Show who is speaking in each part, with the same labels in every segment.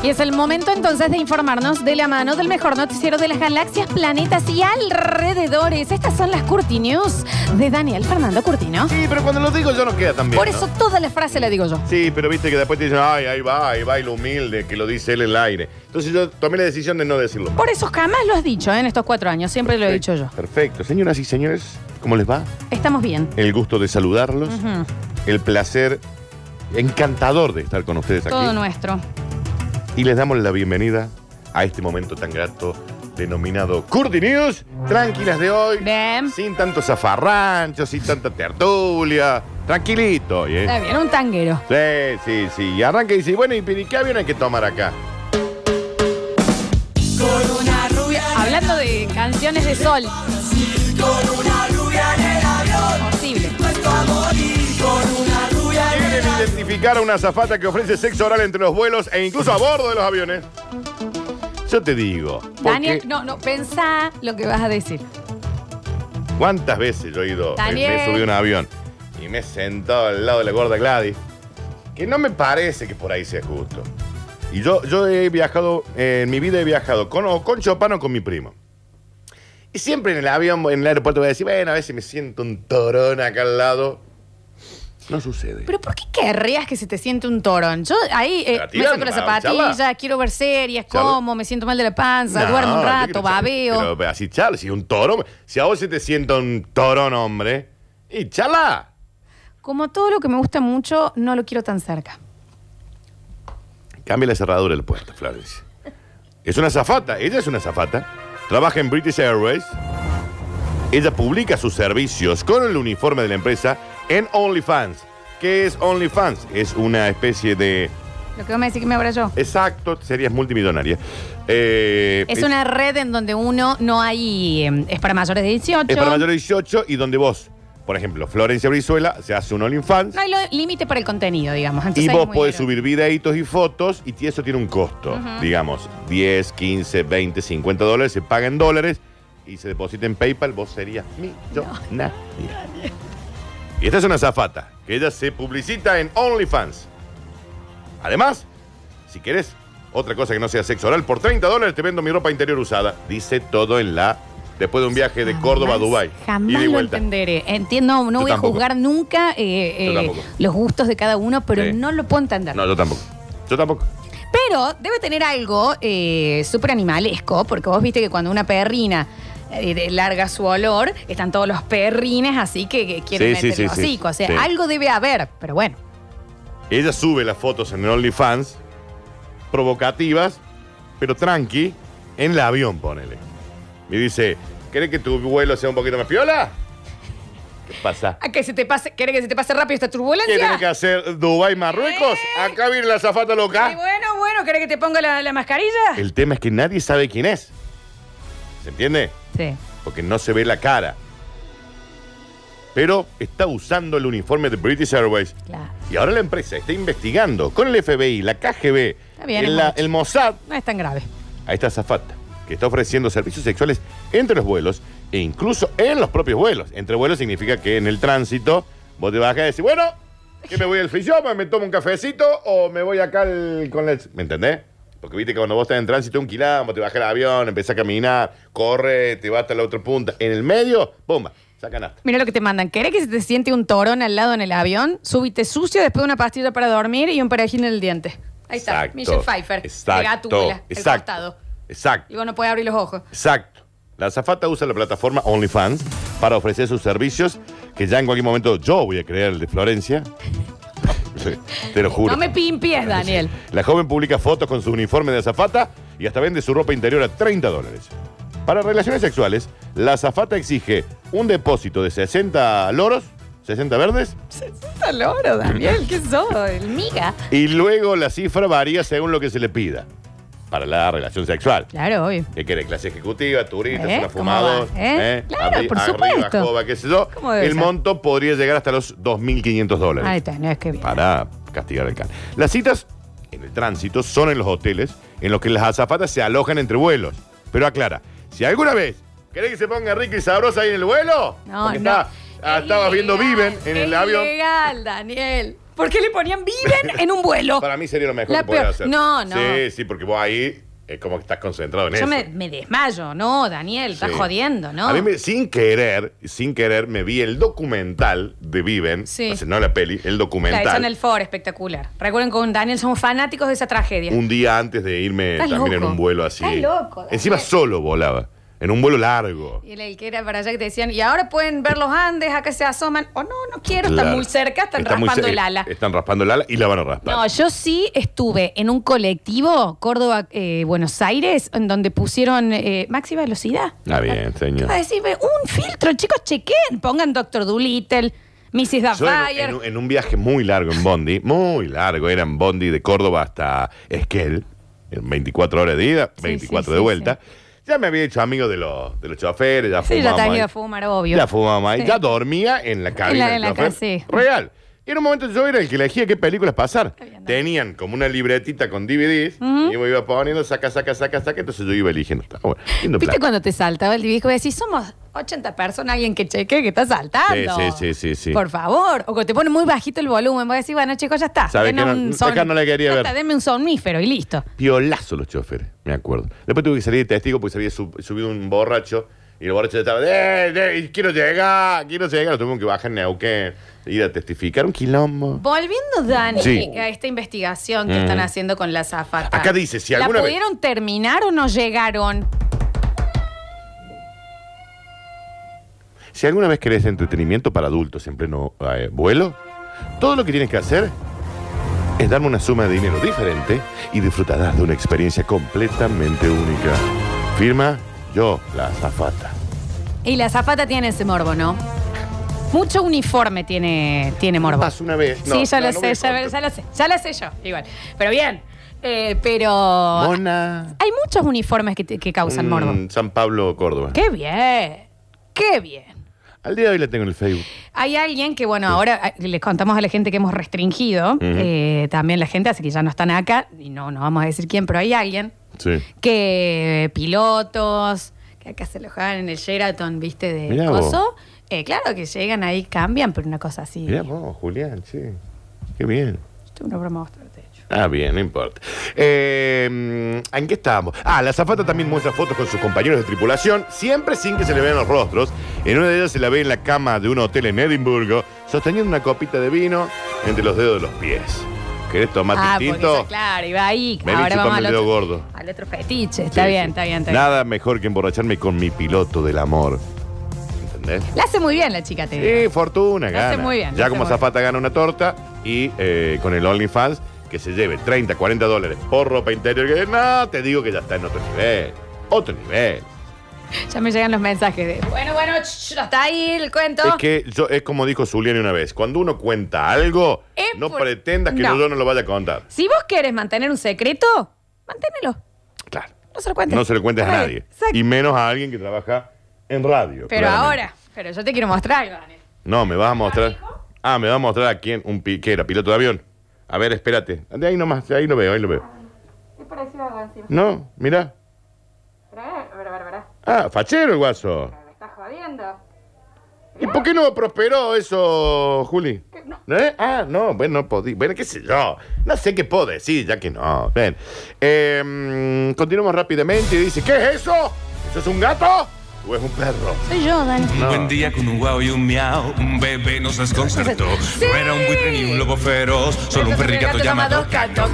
Speaker 1: Y es el momento entonces de informarnos de la mano del mejor noticiero de las galaxias, planetas y alrededores. Estas son las Curti News de Daniel Fernando Curtino.
Speaker 2: Sí, pero cuando lo digo yo no queda tan bien.
Speaker 1: Por
Speaker 2: ¿no?
Speaker 1: eso toda la frase la digo yo.
Speaker 2: Sí, pero viste que después te dicen, ay, ahí va, ahí va el humilde, que lo dice él en el aire. Entonces yo tomé la decisión de no decirlo más.
Speaker 1: Por eso jamás lo has dicho ¿eh? en estos cuatro años, siempre lo he dicho yo.
Speaker 2: Perfecto. Señoras y señores, ¿cómo les va?
Speaker 1: Estamos bien.
Speaker 2: El gusto de saludarlos, el placer encantador de estar con ustedes aquí.
Speaker 1: Todo nuestro.
Speaker 2: Y les damos la bienvenida a este momento tan grato denominado Curti News, tranquilas de hoy,
Speaker 1: Bien.
Speaker 2: sin tanto zafarrancho, sin tanta tertulia, tranquilito. hoy, ¿eh?
Speaker 1: Está bien, un tanguero.
Speaker 2: Sí, sí, sí. Y arranca y dice, bueno, ¿y qué avión hay que tomar acá?
Speaker 1: Hablando de canciones de sol. Posible.
Speaker 2: Quieren identificar a una azafata que ofrece sexo oral entre los vuelos e incluso a bordo de los aviones. Yo te digo, porque
Speaker 1: Daniel, no, no, pensá lo que vas a decir.
Speaker 2: ¿cuántas veces yo he ido, me- me
Speaker 1: Daniel.
Speaker 2: subí a un avión y me he sentado al lado de la gorda Gladys? Que no me parece que por ahí sea justo. Y yo, yo he viajado, eh, en mi vida he viajado con, o con Chopin o con mi primo. Y siempre en el avión, en el aeropuerto voy a decir, bueno, a veces me siento un torón acá al lado. No sucede.
Speaker 1: Pero ¿por qué querrías que se te siente un torón? Yo ahí eh,
Speaker 2: Está
Speaker 1: me
Speaker 2: tirando,
Speaker 1: saco las
Speaker 2: Mau,
Speaker 1: zapatillas,
Speaker 2: charla.
Speaker 1: quiero ver series,
Speaker 2: Charla.
Speaker 1: como, me siento mal de la panza,
Speaker 2: No,
Speaker 1: duermo un
Speaker 2: yo
Speaker 1: rato,
Speaker 2: quiero-
Speaker 1: babeo.
Speaker 2: Pero así charla, si un toro, si a vos se te sienta un torón, hombre, y chala.
Speaker 1: Como todo lo que me gusta mucho, no lo quiero tan cerca.
Speaker 2: Cambia la cerradura del puerto, Flores. Es una zafata, ella es una zafata. Trabaja en British Airways. Ella publica sus servicios con el uniforme de la empresa en OnlyFans. ¿Qué es OnlyFans? Es una especie de...
Speaker 1: Lo que vos me decís que me abra yo.
Speaker 2: Exacto, serías multimillonaria. Eh,
Speaker 1: Es una red en donde uno no hay. eh, Es para mayores de 18.
Speaker 2: Es para mayores de 18 y donde vos, por ejemplo, Florencia Brizuela, se hace un OnlyFans.
Speaker 1: No hay lo- límite para el contenido, digamos. Entonces
Speaker 2: Y
Speaker 1: ahí
Speaker 2: vos
Speaker 1: es muy
Speaker 2: podés
Speaker 1: libre.
Speaker 2: subir videitos y fotos y eso tiene un costo. Digamos, 10, 15, 20, 50 dólares, se paga en dólares y se deposita en PayPal, vos serías millonaria. Y esta es una zafata, que ella se publicita en OnlyFans. Además, si querés otra cosa que no sea sexo oral, por 30 dólares te vendo mi ropa interior usada. Dice todo en la... Después de un viaje de Córdoba a
Speaker 1: Jamás-
Speaker 2: Dubái.
Speaker 1: Jamás
Speaker 2: ida y de
Speaker 1: lo
Speaker 2: vuelta.
Speaker 1: entenderé. Entiendo, no
Speaker 2: Yo
Speaker 1: voy
Speaker 2: tampoco.
Speaker 1: a juzgar nunca eh,
Speaker 2: Yo
Speaker 1: eh,
Speaker 2: tampoco.
Speaker 1: los gustos de cada uno, pero
Speaker 2: Sí.
Speaker 1: no lo puedo entender.
Speaker 2: No, yo tampoco. Yo tampoco.
Speaker 1: Pero debe tener algo eh, súper animalesco, porque vos viste que cuando una perrina eh, de- larga su olor, están todos los perrines así que, que quieren
Speaker 2: Sí, sí,
Speaker 1: meter el
Speaker 2: sí, sí.
Speaker 1: hocico. O sea,
Speaker 2: Sí.
Speaker 1: algo debe haber, pero bueno.
Speaker 2: Ella sube las fotos en el OnlyFans, provocativas, pero tranqui, en el avión, ponele. Y dice, ¿querés que tu vuelo sea un poquito más piola? ¿Qué pasa?
Speaker 1: ¿A Ah, que se te pase, ¿Querés que se te pase rápido esta
Speaker 2: ¿Qué tenés que
Speaker 1: turbulencia?
Speaker 2: hacer? ¿Dubái, Marruecos?
Speaker 1: ¿Eh?
Speaker 2: Acá viene la zafata
Speaker 1: Y
Speaker 2: loca.
Speaker 1: bueno, bueno, ¿querés que te ponga la, la mascarilla?
Speaker 2: El tema es que nadie sabe quién es. ¿Se entiende?
Speaker 1: Sí.
Speaker 2: Porque no se ve la cara. Pero está usando el uniforme de British Airways.
Speaker 1: Claro.
Speaker 2: Y ahora la empresa está investigando con el FBI, la KGB,
Speaker 1: Está bien, es
Speaker 2: el, la-
Speaker 1: mucho.
Speaker 2: el Mossad,
Speaker 1: No es tan grave.
Speaker 2: a esta azafata que está ofreciendo servicios sexuales entre los vuelos e incluso en los propios vuelos. Entre vuelos significa que en el tránsito vos te bajas y decís, bueno, que me voy al free shop, me tomo un cafecito o me voy acá al- con la... ¿Me entendés? Porque viste que cuando vos estás en tránsito un quilombo, te bajas el avión, empezás a caminar, corre, te vas hasta la otra punta. En el medio, bomba, sacan hasta.
Speaker 1: Mira lo que te mandan. ¿Querés que se te siente un torón al lado en el avión? Súbite sucio, después una pastilla para dormir y un parajín en el diente. Ahí está,
Speaker 2: Exacto,
Speaker 1: Michelle Pfeiffer.
Speaker 2: Exacto.
Speaker 1: Pega a tu abuela, el
Speaker 2: exacto,
Speaker 1: costado.
Speaker 2: Exacto.
Speaker 1: Y vos no podés abrir los ojos.
Speaker 2: Exacto. La azafata usa la plataforma OnlyFans para ofrecer sus servicios, que ya en cualquier momento yo voy a crear el de Florencia. Te lo juro.
Speaker 1: No me pimpies, Daniel.
Speaker 2: La joven publica fotos con su uniforme de azafata y hasta vende su ropa interior a 30 dólares. Para relaciones sexuales, la azafata exige un depósito de 60 loros, 60 verdes,
Speaker 1: Está loro, Daniel. ¿Qué sos? El miga.
Speaker 2: y luego la cifra varía según lo que se le pida. para la relación sexual.
Speaker 1: Claro, obvio.
Speaker 2: ¿Qué quiere? Clase ejecutiva, turista,
Speaker 1: ¿Eh?
Speaker 2: zona
Speaker 1: ¿Cómo
Speaker 2: fumador,
Speaker 1: va? ¿Eh? Claro, por supuesto.
Speaker 2: jova, qué sé yo.
Speaker 1: ¿Cómo debe
Speaker 2: El
Speaker 1: ser?
Speaker 2: monto podría llegar hasta los 2.500 dólares
Speaker 1: Ahí está, no es que bien.
Speaker 2: para castigar al can. Las citas en el tránsito son en los hoteles en los que las azafatas se alojan entre vuelos. Pero aclara, si alguna vez querés que se ponga rica y sabrosa ahí en el vuelo,
Speaker 1: No,
Speaker 2: porque
Speaker 1: no.
Speaker 2: está- ah, estabas viendo
Speaker 1: Ilegal,
Speaker 2: Viven en el avión,
Speaker 1: Es legal, Daniel. ¿Por qué le ponían Viven en un vuelo?
Speaker 2: para mí sería lo mejor
Speaker 1: La
Speaker 2: que podría
Speaker 1: peor.
Speaker 2: hacer.
Speaker 1: No, no.
Speaker 2: Sí, sí, porque vos ahí es como que estás concentrado en
Speaker 1: Yo
Speaker 2: eso.
Speaker 1: me, me desmayo, no, Daniel, estás
Speaker 2: Sí.
Speaker 1: jodiendo, ¿no?
Speaker 2: A mí, me- sin querer, sin querer, me vi el documental de Viven.
Speaker 1: Sí.
Speaker 2: O sea, no la peli, el
Speaker 1: La
Speaker 2: documental.
Speaker 1: hecho en el Ford, espectacular. Recuerden con Daniel somos fanáticos de esa tragedia.
Speaker 2: Un día antes de irme
Speaker 1: Estás
Speaker 2: también en
Speaker 1: loco.
Speaker 2: un vuelo así.
Speaker 1: Estás loco, Daniel.
Speaker 2: Encima solo volaba. En un vuelo largo.
Speaker 1: Y el, el que era para allá que te decían, y ahora pueden ver los Andes, acá se asoman. Oh, no, no quiero,
Speaker 2: Claro.
Speaker 1: están muy cerca, están
Speaker 2: Está muy
Speaker 1: raspando
Speaker 2: cer- eh,
Speaker 1: el ala.
Speaker 2: Están raspando el ala y la van a raspar.
Speaker 1: No, yo sí estuve en un colectivo, Córdoba, eh, Buenos Aires, en donde pusieron eh, máxima velocidad.
Speaker 2: Está Ah, bien, señor.
Speaker 1: Va a decir, un filtro, chicos, chequen. Pongan Doctor Dolittle, Mrs.
Speaker 2: Yo en-
Speaker 1: Doubtfire.
Speaker 2: en, un- en un viaje muy largo en Bondi, muy largo, era en Bondi de Córdoba hasta Esquel, en 24 horas de ida,
Speaker 1: Sí,
Speaker 2: 24
Speaker 1: sí,
Speaker 2: de
Speaker 1: sí,
Speaker 2: vuelta. Ya me había hecho amigo de los, de los choferes, ya
Speaker 1: Sí, ya te
Speaker 2: fumamos
Speaker 1: has
Speaker 2: ahí.
Speaker 1: ido a fumar, obvio.
Speaker 2: eh. Ya fumaba ahí.
Speaker 1: Sí.
Speaker 2: Ya dormía en la cabina.
Speaker 1: En la- en
Speaker 2: del
Speaker 1: la
Speaker 2: chofer.
Speaker 1: casa, sí.
Speaker 2: Real. Y en un momento yo era el que elegía qué películas pasar.
Speaker 1: bien, ¿no?
Speaker 2: Tenían como una libretita con DVDs y me iba poniendo saca, saca, saca, saca. Entonces yo iba eligiendo. Estaba bueno. Lindo
Speaker 1: ¿Viste
Speaker 2: plan.
Speaker 1: cuando te saltaba el disco? Decís, somos 80 personas, alguien que cheque que está saltando.
Speaker 2: Sí, sí, sí, sí, sí.
Speaker 1: Por favor. O que te pone muy bajito el volumen. Vos decís, bueno, chicos, ya está.
Speaker 2: Sabés
Speaker 1: Denme
Speaker 2: que no- acá no la quería
Speaker 1: Ya
Speaker 2: ver.
Speaker 1: está, denme un somnífero y listo.
Speaker 2: Piolazo los choferes, me acuerdo. Después tuve que salir de testigo porque se había sub- subido un borracho y el borracho estaba, "Eh, eh, quiero llegar, quiero llegar. Lo tuvimos que bajar en Neuquén, ir a testificar un quilombo.
Speaker 1: Volviendo, Dani,
Speaker 2: Sí. Mm.
Speaker 1: a esta investigación que están haciendo con la zafata.
Speaker 2: Acá dice, si alguna
Speaker 1: ¿La
Speaker 2: vez-
Speaker 1: pudieron terminar o no llegaron?
Speaker 2: Si alguna vez querés entretenimiento para adultos en pleno eh, vuelo, todo lo que tienes que hacer es darme una suma de dinero diferente y disfrutarás de una experiencia completamente única. Firma yo, la azafata.
Speaker 1: Y la zafata tiene ese morbo, ¿no? Mucho uniforme tiene, tiene morbo.
Speaker 2: Más una vez. Ah, no,
Speaker 1: sí, ya
Speaker 2: no,
Speaker 1: lo
Speaker 2: no voy
Speaker 1: sé,
Speaker 2: a
Speaker 1: ya,
Speaker 2: contar.
Speaker 1: ya lo sé, ya lo sé yo, igual. Pero bien, eh, pero
Speaker 2: Mona.
Speaker 1: hay muchos uniformes que, te- que causan
Speaker 2: Mm,
Speaker 1: morbo.
Speaker 2: San Pablo, Córdoba.
Speaker 1: ¡Qué bien! ¡Qué bien!
Speaker 2: Al día de hoy la tengo en el Facebook.
Speaker 1: Hay alguien que, bueno, ahora eh, les contamos a la gente que hemos restringido, eh, también la gente, así que ya no están acá, y no, no vamos a decir quién, pero hay alguien
Speaker 2: Sí.
Speaker 1: que eh, pilotos, que acá se alojaban en el Sheraton, viste, de
Speaker 2: Mirá vos.
Speaker 1: coso. Eh, claro que llegan ahí, cambian, pero una cosa así.
Speaker 2: Mirá vos, Julián, sí. Qué bien.
Speaker 1: Esto es una broma bastante hecho.
Speaker 2: Ah, bien, no importa. Eh, mm, ¿En qué estábamos? Ah, la zafata también muestra fotos con sus compañeros de tripulación, siempre sin que se le vean los rostros. En una de ellas se la ve en la cama de un hotel en Edimburgo, sosteniendo una copita de vino entre los dedos de los pies. ¿Querés tomar
Speaker 1: Ah,
Speaker 2: tintito?
Speaker 1: porque eso, claro, iba ahí.
Speaker 2: Vení,
Speaker 1: Ahora
Speaker 2: chúpame
Speaker 1: vamos al
Speaker 2: el dedo
Speaker 1: otro,
Speaker 2: gordo.
Speaker 1: al otro fetiche. Está
Speaker 2: Sí,
Speaker 1: bien,
Speaker 2: sí.
Speaker 1: está bien, está bien.
Speaker 2: Nada mejor que emborracharme con mi piloto del amor. ¿Entendés?
Speaker 1: La hace muy bien la chica, te digo.
Speaker 2: Sí, fortuna,
Speaker 1: Lo hace
Speaker 2: gana.
Speaker 1: muy bien, lo
Speaker 2: ya
Speaker 1: hace
Speaker 2: como
Speaker 1: muy bien.
Speaker 2: Zapata gana una torta y eh, con el OnlyFans que se lleve 30, 40 dólares por ropa interior. Que, no, te digo que ya está en otro nivel. Otro nivel.
Speaker 1: Ya me llegan los mensajes de, bueno, bueno, ch, ch, hasta ahí el cuento.
Speaker 2: Es que yo, es como dijo Zuliani una vez: cuando uno cuenta algo,
Speaker 1: Es
Speaker 2: no
Speaker 1: por-
Speaker 2: pretendas que
Speaker 1: no.
Speaker 2: yo no lo vaya a contar.
Speaker 1: Si vos querés mantener un secreto, manténelo.
Speaker 2: Claro.
Speaker 1: No se lo cuentes.
Speaker 2: No se lo cuentes a
Speaker 1: Está
Speaker 2: nadie.
Speaker 1: bien, exacto.
Speaker 2: Y menos a alguien que trabaja en radio.
Speaker 1: pero
Speaker 2: claramente.
Speaker 1: ahora, pero yo te quiero mostrar algo, Daniel.
Speaker 2: No, me vas a mostrar. Ah, me vas a mostrar a quién, un pi- ¿qué era, piloto de avión. A ver, espérate. De ahí nomás, de ahí lo veo, ahí lo veo. No, mira. Ah, fachero el guaso.
Speaker 3: ¿Estás jodiendo?
Speaker 2: ¿Y por qué no prosperó eso, Juli? ¿Eh? Ah, no, bueno, no podí. Bueno, qué sé yo. No sé qué puedo decir, ya que no. Ven. Em, continuamos rápidamente y dice, ¿qué es eso? ¿Eso es un gato? ¿O es un perro?
Speaker 1: Soy yo, Dani.
Speaker 4: Buen día con un guau y un miau, un bebé nos desconcertó.
Speaker 1: Sí.
Speaker 4: No era un buitre ni un lobo feroz, solo un perrigato llamado Cato.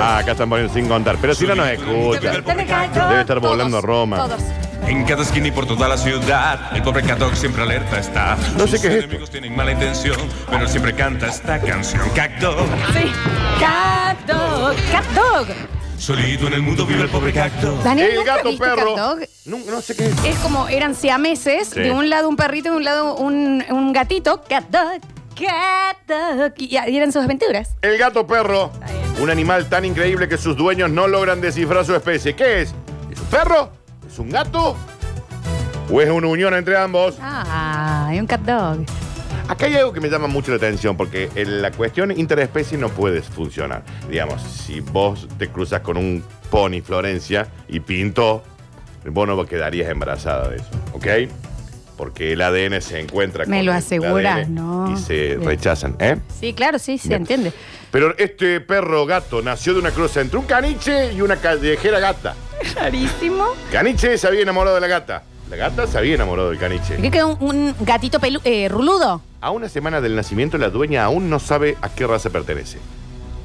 Speaker 2: Ah, acá están poniendo sin contar. Pero si no nos escucha. Debe estar volando a Roma.
Speaker 4: En cada esquina y por toda la ciudad, el pobre Cato siempre alerta está.
Speaker 2: No sé
Speaker 4: Sus
Speaker 2: qué es esto.
Speaker 4: enemigos tienen mala intención, pero él siempre canta esta canción. Cacto,
Speaker 1: Sí. Cat dog. Cat dog.
Speaker 4: solito en el mundo vive el pobre Cacto.
Speaker 1: Daniel,
Speaker 2: El
Speaker 1: ¿nunca
Speaker 2: gato
Speaker 1: viste
Speaker 2: perro.
Speaker 1: Cat dog?
Speaker 2: No, no sé qué es.
Speaker 1: Es como eran siameses,
Speaker 2: Sí.
Speaker 1: de un lado un perrito y de un lado un, un gatito. Cat dog. gato. Y y eran sus aventuras.
Speaker 2: El gato perro.
Speaker 1: Está bien.
Speaker 2: Un animal tan increíble que sus dueños no logran descifrar su especie. ¿Qué es? ¿Es un perro? ¿Es un gato? ¿O es una unión entre ambos?
Speaker 1: Ay, Ah, un cat dog.
Speaker 2: Acá hay algo que me llama mucho la atención, porque en la cuestión interespecie no puede funcionar. Digamos, si vos te cruzas con un pony Florencia y pinto, vos no quedarías embarazada de eso, ¿ok? Porque el ADN se encuentra
Speaker 1: Me
Speaker 2: con
Speaker 1: lo
Speaker 2: el
Speaker 1: aseguras,
Speaker 2: ADN
Speaker 1: ¿no.
Speaker 2: Y se
Speaker 1: Bien.
Speaker 2: rechazan, ¿eh?
Speaker 1: Sí, claro, sí, se
Speaker 2: Bien.
Speaker 1: entiende.
Speaker 2: Pero este perro gato nació de una cruza entre un caniche y una callejera gata.
Speaker 1: Rarísimo.
Speaker 2: Caniche se había enamorado de la gata. La gata se había enamorado del caniche.
Speaker 1: ¿Qué quedó un, un gatito pelu eh, ruludo?
Speaker 2: A una semana del nacimiento, la dueña aún no sabe a qué raza pertenece.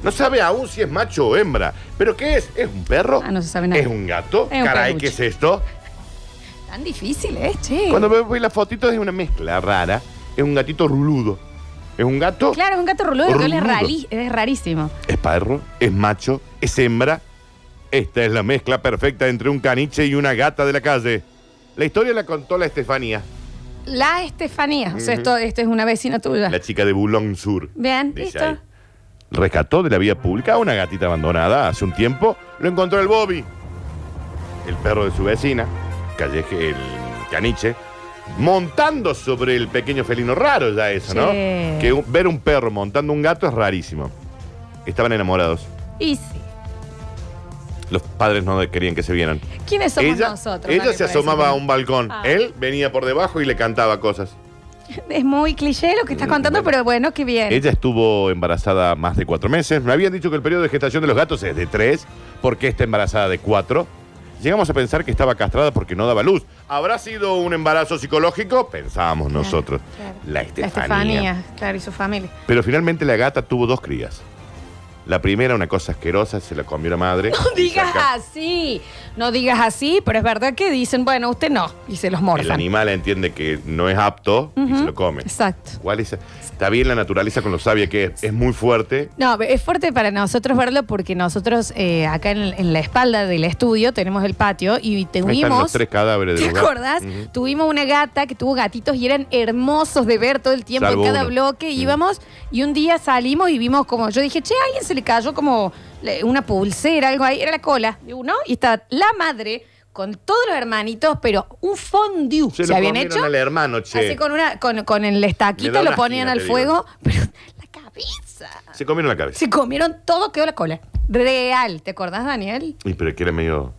Speaker 2: No sabe aún si es macho o hembra. ¿Pero qué es? ¿Es un perro?
Speaker 1: Ah, no se sabe nada.
Speaker 2: ¿Es un gato?
Speaker 1: Es un
Speaker 2: Caray,
Speaker 1: peluche.
Speaker 2: ¿qué es esto?
Speaker 1: Tan difícil, ¿eh? Che.
Speaker 2: Cuando veo veo las fotitos es una mezcla rara. Es un gatito ruludo. ¿Es un gato?
Speaker 1: Claro, es un gato ruludo, lo cual es,
Speaker 2: Ruludo.
Speaker 1: rali- es rarísimo.
Speaker 2: ¿Es perro? ¿Es macho? ¿Es hembra? Esta es la mezcla perfecta entre un caniche y una gata de la calle. La historia la contó la Estefanía,
Speaker 1: La Estefanía. O sea, esto, esto es una vecina tuya.
Speaker 2: la chica de Boulogne Sur.
Speaker 1: Bien,
Speaker 2: Dice
Speaker 1: listo.
Speaker 2: ahí. Rescató de la vía pública a una gatita abandonada hace un tiempo. Lo encontró el Bobby, el perro de su vecina, calleje, el caniche, montando sobre el pequeño felino. Raro ya eso, ¿no?
Speaker 1: Sí.
Speaker 2: Que un- ver un perro montando un gato es rarísimo. Estaban enamorados.
Speaker 1: Y sí.
Speaker 2: Los padres no querían que se vieran.
Speaker 1: ¿Quiénes somos
Speaker 2: Ella,
Speaker 1: nosotros?
Speaker 2: ella
Speaker 1: Dale,
Speaker 2: se
Speaker 1: para eso
Speaker 2: asomaba
Speaker 1: que-
Speaker 2: a un balcón.
Speaker 1: Ah.
Speaker 2: Él venía por debajo y le cantaba cosas.
Speaker 1: Es muy cliché lo que estás contando, pero bueno, qué bien.
Speaker 2: Mm, Ella estuvo embarazada más de cuatro meses. Me habían dicho que el periodo de gestación de los gatos es de tres, porque está embarazada de cuatro. Llegamos a pensar que estaba castrada porque no daba luz. ¿Habrá sido un embarazo psicológico? Pensábamos nosotros.
Speaker 1: claro.
Speaker 2: La,
Speaker 1: La
Speaker 2: Estefanía.
Speaker 1: Estefanía, claro, y su familia.
Speaker 2: Pero finalmente la gata tuvo dos crías. La primera, una cosa asquerosa, se la comió la madre.
Speaker 1: No digas
Speaker 2: Saca-
Speaker 1: así, no digas así, pero es verdad que dicen, bueno, usted no, y se los
Speaker 2: El
Speaker 1: morfan.
Speaker 2: animal entiende que no es apto y se lo come.
Speaker 1: Exacto.
Speaker 2: ¿Cuál es? Está bien la naturaleza con lo sabia que es. Es muy fuerte.
Speaker 1: No, es fuerte para nosotros verlo porque nosotros eh, acá en, en la espalda del estudio tenemos el patio y
Speaker 2: Ahí están los
Speaker 1: tuvimos...
Speaker 2: tres cadáveres
Speaker 1: ¿Te
Speaker 2: de los gatos.
Speaker 1: acordás?
Speaker 2: Ujú.
Speaker 1: Tuvimos una gata que tuvo gatitos y eran hermosos de ver todo el tiempo
Speaker 2: Salvo
Speaker 1: en cada
Speaker 2: uno.
Speaker 1: bloque.
Speaker 2: Mm.
Speaker 1: Íbamos y un día salimos y vimos como, yo dije, che, a alguien se le cayó como le- una pulsera, algo ahí. Era la cola de uno y estaba la madre con todos los hermanitos, pero un fondue se,
Speaker 2: Se, lo
Speaker 1: habían
Speaker 2: comieron
Speaker 1: hecho. Ah,
Speaker 2: al hermano, che.
Speaker 1: Así con, una, con, con el
Speaker 2: Me da
Speaker 1: estaquito
Speaker 2: una
Speaker 1: lo ponían
Speaker 2: espina,
Speaker 1: al
Speaker 2: te
Speaker 1: fuego, pero la cabeza.
Speaker 2: Se comieron la cabeza.
Speaker 1: Se comieron todo, quedó la cola. Real, ¿te acordás, Daniel?
Speaker 2: Y pero que era medio.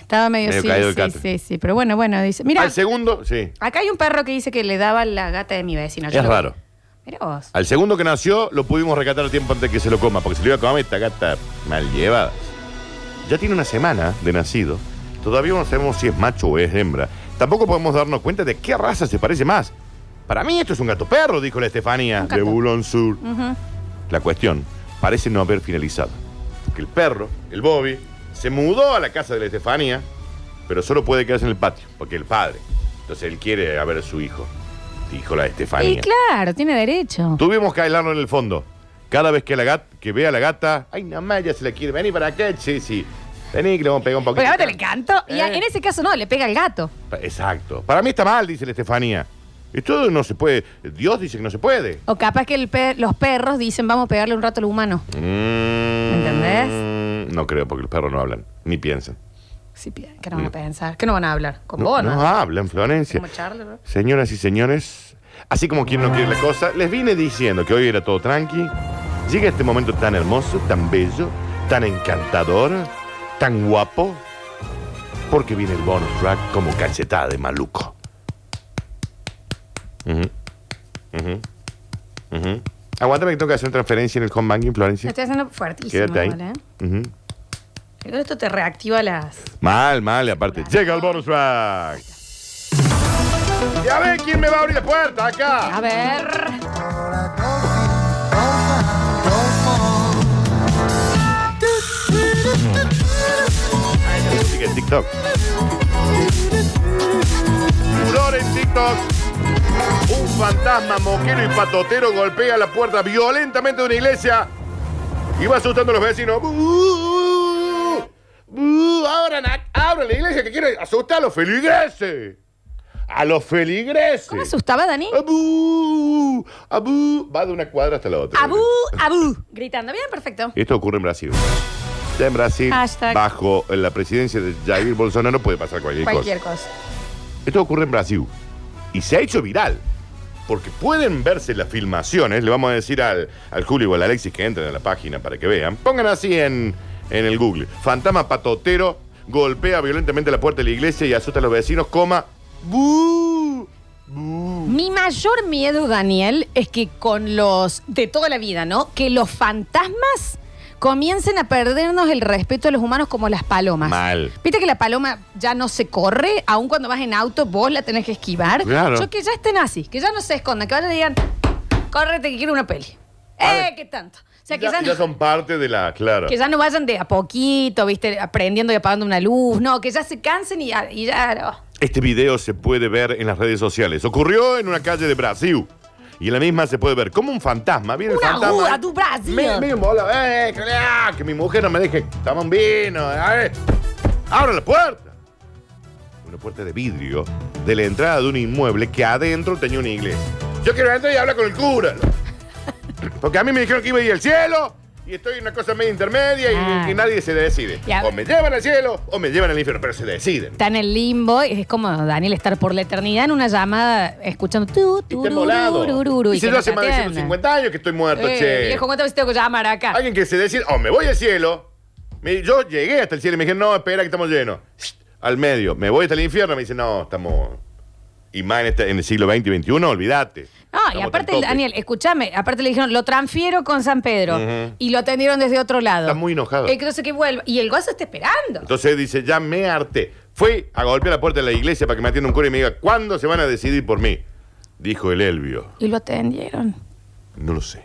Speaker 1: Estaba medio,
Speaker 2: Medio
Speaker 1: sí,
Speaker 2: caído el
Speaker 1: sí,
Speaker 2: gato.
Speaker 1: sí, sí, pero bueno, bueno, dice, mira,
Speaker 2: Al segundo, sí.
Speaker 1: Acá hay un perro que dice que le daba la gata de mi vecino. Yo
Speaker 2: Es
Speaker 1: lo vi.
Speaker 2: raro.
Speaker 1: Mira vos.
Speaker 2: Al segundo que nació, lo pudimos rescatar a tiempo antes que se lo coma, porque se lo iba a comer esta gata mal llevada. Ya tiene una semana de nacido. Todavía no sabemos si es macho o es hembra. Tampoco podemos darnos cuenta de qué raza se parece más. Para mí esto es un gato perro, dijo la Estefanía
Speaker 1: Un
Speaker 2: de
Speaker 1: gato.
Speaker 2: Boulogne Sur.
Speaker 1: Ujú.
Speaker 2: La cuestión parece no haber finalizado. Porque el perro, el Bobby, se mudó a la casa de la Estefanía, pero solo puede quedarse en el patio, porque el padre. Entonces él quiere a ver a su hijo, dijo la Estefanía.
Speaker 1: Y claro, tiene derecho.
Speaker 2: Tuvimos que aislarlo en el fondo. Cada vez que, la gat- que ve a la gata, ay, nada ya se la quiere, vení para acá, sí, sí. Vení que le vamos a pegar un poquito.
Speaker 1: Porque ahora te le canto. Y a-
Speaker 2: Eh.
Speaker 1: en ese caso no, le pega al gato.
Speaker 2: Pa- Exacto. Para mí está mal, dice la Estefanía. Esto no se puede. Dios dice que no se puede.
Speaker 1: O capaz que el pe- los perros dicen, vamos a pegarle un rato al humano.
Speaker 2: ¿Entendés? Mm, No creo, porque los perros no hablan, ni piensan.
Speaker 1: Sí, pi- que no van a pensar, que no van a hablar. Con
Speaker 2: No,
Speaker 1: vos,
Speaker 2: no
Speaker 1: ¿no?
Speaker 2: hablan, Florencia.
Speaker 1: Como Charles, ¿no?
Speaker 2: Señoras y señores, así como quien no quiere la cosa, les vine diciendo que hoy era todo tranqui. Llega este momento tan hermoso, tan bello, tan encantador, tan guapo, porque viene el bonus track como cachetada de maluco. Ujú, ujú, ujú. Aguántame que tengo que hacer una transferencia en el home banking, Florencia.
Speaker 1: Estoy haciendo fuertísimo.
Speaker 2: Quédate ahí.
Speaker 1: igual, ¿eh?
Speaker 2: Ujú.
Speaker 1: Pero Esto te reactiva las...
Speaker 2: Mal, mal, y aparte. Llega el bonus track. Ya ve quién me va a abrir la puerta acá.
Speaker 1: A ver...
Speaker 2: Sigue en TikTok. Furor en TikTok. Un fantasma moquero y patotero golpea la puerta violentamente de una iglesia y va asustando a los vecinos. ¡Bú! ¡Bú! ¡Abran, a- abran la iglesia que quiere asustar a los feligreses! A los feligreses.
Speaker 1: ¿Cómo asustaba, Dani?
Speaker 2: Abu, abu. Va de una cuadra hasta la otra.
Speaker 1: Abu, abu. Gritando. Bien, perfecto.
Speaker 2: Esto ocurre en Brasil. Ya en Brasil,
Speaker 1: Hashtag.
Speaker 2: bajo la presidencia de Jair Bolsonaro, puede pasar cualquier,
Speaker 1: Cualquier
Speaker 2: cosa.
Speaker 1: cosa.
Speaker 2: Esto ocurre en Brasil. Y se ha hecho viral. Porque pueden verse las filmaciones. Le vamos a decir al, al Julio o al Alexis que entren a la página para que vean. Pongan así en, en el Google. Fantasma patotero golpea violentamente la puerta de la iglesia y asusta a los vecinos, coma. "Bu, bu".
Speaker 1: Mi mayor miedo, Daniel, es que con los de toda la vida, ¿no? Que los fantasmas comiencen a perdernos el respeto a los humanos como las palomas.
Speaker 2: Mal.
Speaker 1: Viste que la paloma ya no se corre, aun cuando vas en auto vos la tenés que esquivar.
Speaker 2: Claro.
Speaker 1: Yo que ya estén así, que ya no se escondan, que vayan y digan, córrete que quiero una peli.
Speaker 2: A
Speaker 1: ¡Eh,
Speaker 2: ver.
Speaker 1: qué tanto! O sea, que
Speaker 2: ya,
Speaker 1: ya,
Speaker 2: ya
Speaker 1: no,
Speaker 2: son parte de la. Claro.
Speaker 1: que ya no vayan de a poquito, viste, aprendiendo y apagando una luz. No, que ya se cansen y ya... y ya- oh.
Speaker 2: Este video se puede ver en las redes sociales. Ocurrió en una calle de Brasil. Y en la misma se puede ver como un fantasma. Viene el
Speaker 1: Una
Speaker 2: fantasma.
Speaker 1: aguda, tu Brasil.
Speaker 2: Me, me mola. eh, que, ah, que mi mujer no me deje. Toma un vino. A ver. Abra la puerta. Una puerta de vidrio de la entrada de un inmueble que adentro tenía una iglesia. Yo quiero entrar y hablar con el cura. Porque a mí me dijeron que iba a ir al cielo. Y estoy en una cosa medio intermedia y,
Speaker 1: Ah.
Speaker 2: y nadie se decide.
Speaker 1: Ya.
Speaker 2: O me llevan al cielo o me llevan al infierno, pero se deciden.
Speaker 1: Está en el limbo, y es como Daniel estar por la eternidad en una llamada escuchando tú,
Speaker 2: Y
Speaker 1: tú,
Speaker 2: te han volado.
Speaker 1: rurururu,
Speaker 2: y
Speaker 1: y que
Speaker 2: si yo
Speaker 1: no
Speaker 2: hace
Speaker 1: te
Speaker 2: más de
Speaker 1: atiendan.
Speaker 2: 150 años que estoy muerto,
Speaker 1: Eh,
Speaker 2: che.
Speaker 1: Viejo, ¿cuántas veces tengo que llamar acá?
Speaker 2: Alguien que se decide, o me voy al cielo. Me- yo llegué hasta el cielo y me dije, no, espera que estamos llenos. Shh, Al medio, me voy hasta el infierno. Me dice, no, estamos. Y más en, este- en el siglo XX y XXI, olvídate.
Speaker 1: No, y
Speaker 2: Estamos
Speaker 1: aparte,
Speaker 2: tan tope.
Speaker 1: Daniel, escúchame, aparte le dijeron, lo transfiero con San Pedro.
Speaker 2: Ujú.
Speaker 1: Y lo atendieron desde otro lado.
Speaker 2: Está muy enojado.
Speaker 1: Eh, que no sé qué vuelva. Y el gozo está esperando.
Speaker 2: Entonces dice, ya me harté. Fui a golpear la puerta de la iglesia para que me atienda un cura y me diga, ¿cuándo se van a decidir por mí? Dijo el Elvio.
Speaker 1: Y lo atendieron.
Speaker 2: No lo sé.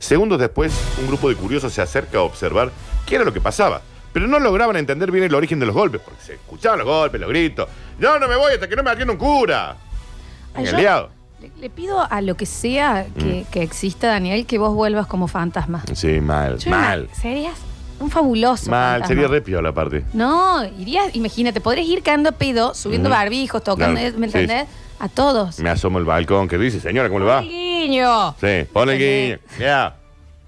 Speaker 2: Segundos después, un grupo de curiosos se acerca a observar qué era lo que pasaba. Pero no lograban entender bien el origen de los golpes, porque se escuchaban los golpes, los gritos. Yo no me voy hasta que no me atienda un cura.
Speaker 1: Ay,
Speaker 2: Qué
Speaker 1: yo
Speaker 2: liado. Mm.
Speaker 1: Le, le pido a lo que sea que, que exista, Daniel, que vos vuelvas como fantasma.
Speaker 2: Sí, mal,
Speaker 1: Yo
Speaker 2: mal.
Speaker 1: me- Serías un fabuloso.
Speaker 2: Mal,
Speaker 1: fantasma.
Speaker 2: sería repio la parte.
Speaker 1: No, irías, imagínate, podrías ir cagando a pedo, subiendo
Speaker 2: Ujú.
Speaker 1: barbijos, tocando,
Speaker 2: Claro,
Speaker 1: ¿me
Speaker 2: sí.
Speaker 1: entendés? A todos.
Speaker 2: Me asomo al balcón que dice, señora, ¿cómo le va?
Speaker 1: ¡Ay, guiño!
Speaker 2: Sí, ponle
Speaker 1: ¿Entendés?
Speaker 2: guiño. Ya.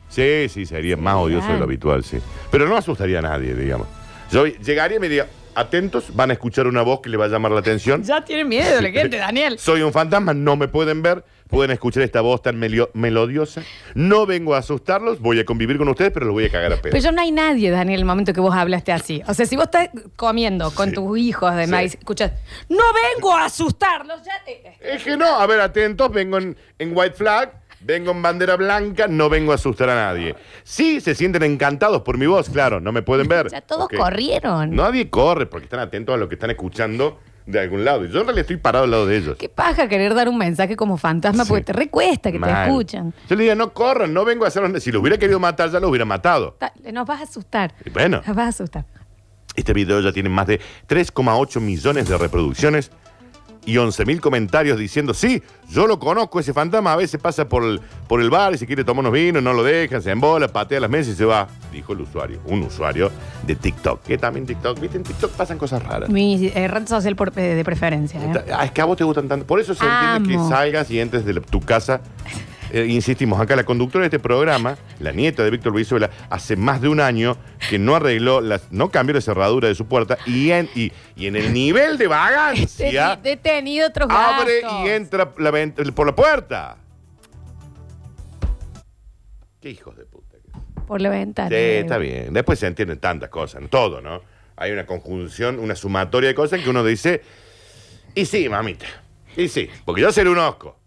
Speaker 2: Sí, sí, sería más odioso de lo habitual, sí. Pero no asustaría a nadie, digamos. Yo llegaría y me diría, atentos, van a escuchar una voz que le va a llamar la atención.
Speaker 1: Ya tiene miedo la gente, Daniel.
Speaker 2: Soy un fantasma, no me pueden ver, pueden escuchar esta voz tan melio- melodiosa. No vengo a asustarlos, voy a convivir con ustedes, pero los voy a cagar a
Speaker 1: Pero
Speaker 2: pedo.
Speaker 1: ya no hay nadie, Daniel, en el momento que vos hablaste así. O sea, si vos estás comiendo con
Speaker 2: Sí.
Speaker 1: tus hijos, además,
Speaker 2: Sí.
Speaker 1: y escuchas, no vengo a asustarlos. Ya, eh, eh.
Speaker 2: Es que no, a ver, atentos, vengo en, en white flag, vengo en bandera blanca, no vengo a asustar a nadie. Sí, se sienten encantados por mi voz, claro, no me pueden ver.
Speaker 1: ya todos
Speaker 2: Ok.
Speaker 1: corrieron.
Speaker 2: Nadie corre porque están atentos a lo que están escuchando de algún lado. Y yo en realidad estoy parado al lado de ellos.
Speaker 1: Qué paja querer dar un mensaje como fantasma
Speaker 2: Sí.
Speaker 1: porque te recuesta que te
Speaker 2: Mal.
Speaker 1: escuchan.
Speaker 2: Yo le diría, no corran, no vengo a hacerlos. Si los hubiera querido matar, ya los hubiera matado.
Speaker 1: Ta- Nos vas a asustar.
Speaker 2: Y bueno.
Speaker 1: Nos vas a asustar.
Speaker 2: Este video ya tiene más de 3,8 millones de reproducciones y 11.000 comentarios diciendo, sí, yo lo conozco, ese fantasma a veces pasa por el, por el bar y si quiere tomar unos vinos, no lo dejan, se embola, patea las mesas y se va, dijo el usuario, un usuario de TikTok, que también TikTok, viste, en TikTok pasan cosas raras.
Speaker 1: Mi eh, red social por- eh, de preferencia. ¿eh?
Speaker 2: Ah, es que a vos te gustan tanto, por eso se entiende
Speaker 1: Amo.
Speaker 2: que salgas y entres de la- tu casa. Eh, insistimos, acá la conductora de este programa, la nieta de Víctor Brizuela, hace más de un año que no arregló, las, no cambió la cerradura de su puerta y en, y, y en el nivel de
Speaker 1: He
Speaker 2: vagancia
Speaker 1: te- he tenido otros
Speaker 2: abre
Speaker 1: gastos.
Speaker 2: y entra la vent- por la puerta. Qué hijos de puta. que son.
Speaker 1: Por la ventana.
Speaker 2: Sí, está bien. Después se entienden tantas cosas, ¿no? todo, ¿no? Hay una conjunción, una sumatoria de cosas que uno dice, y sí, mamita, y sí, porque yo seré un osco.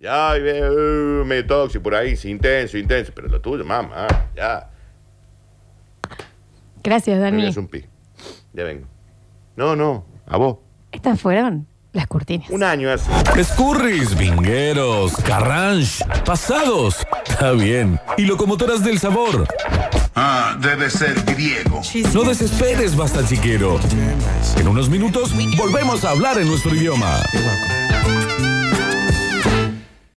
Speaker 2: Ya, y ve, uh, medio tóxico por ahí, sí, intenso, intenso, pero lo tuyo, mamá, ya.
Speaker 1: Gracias,
Speaker 2: Me voy a
Speaker 1: Dani.
Speaker 2: hacer un pi. Ya vengo. No, no, a vos.
Speaker 1: Estas fueron las cortinas.
Speaker 2: Un año hace.
Speaker 5: Escurris, vingueros, carranche, pasados. Está bien. Y locomotoras del sabor.
Speaker 3: Ah, debe ser griego.
Speaker 5: No desesperes, basta chiquero. En unos minutos volvemos a hablar en nuestro idioma.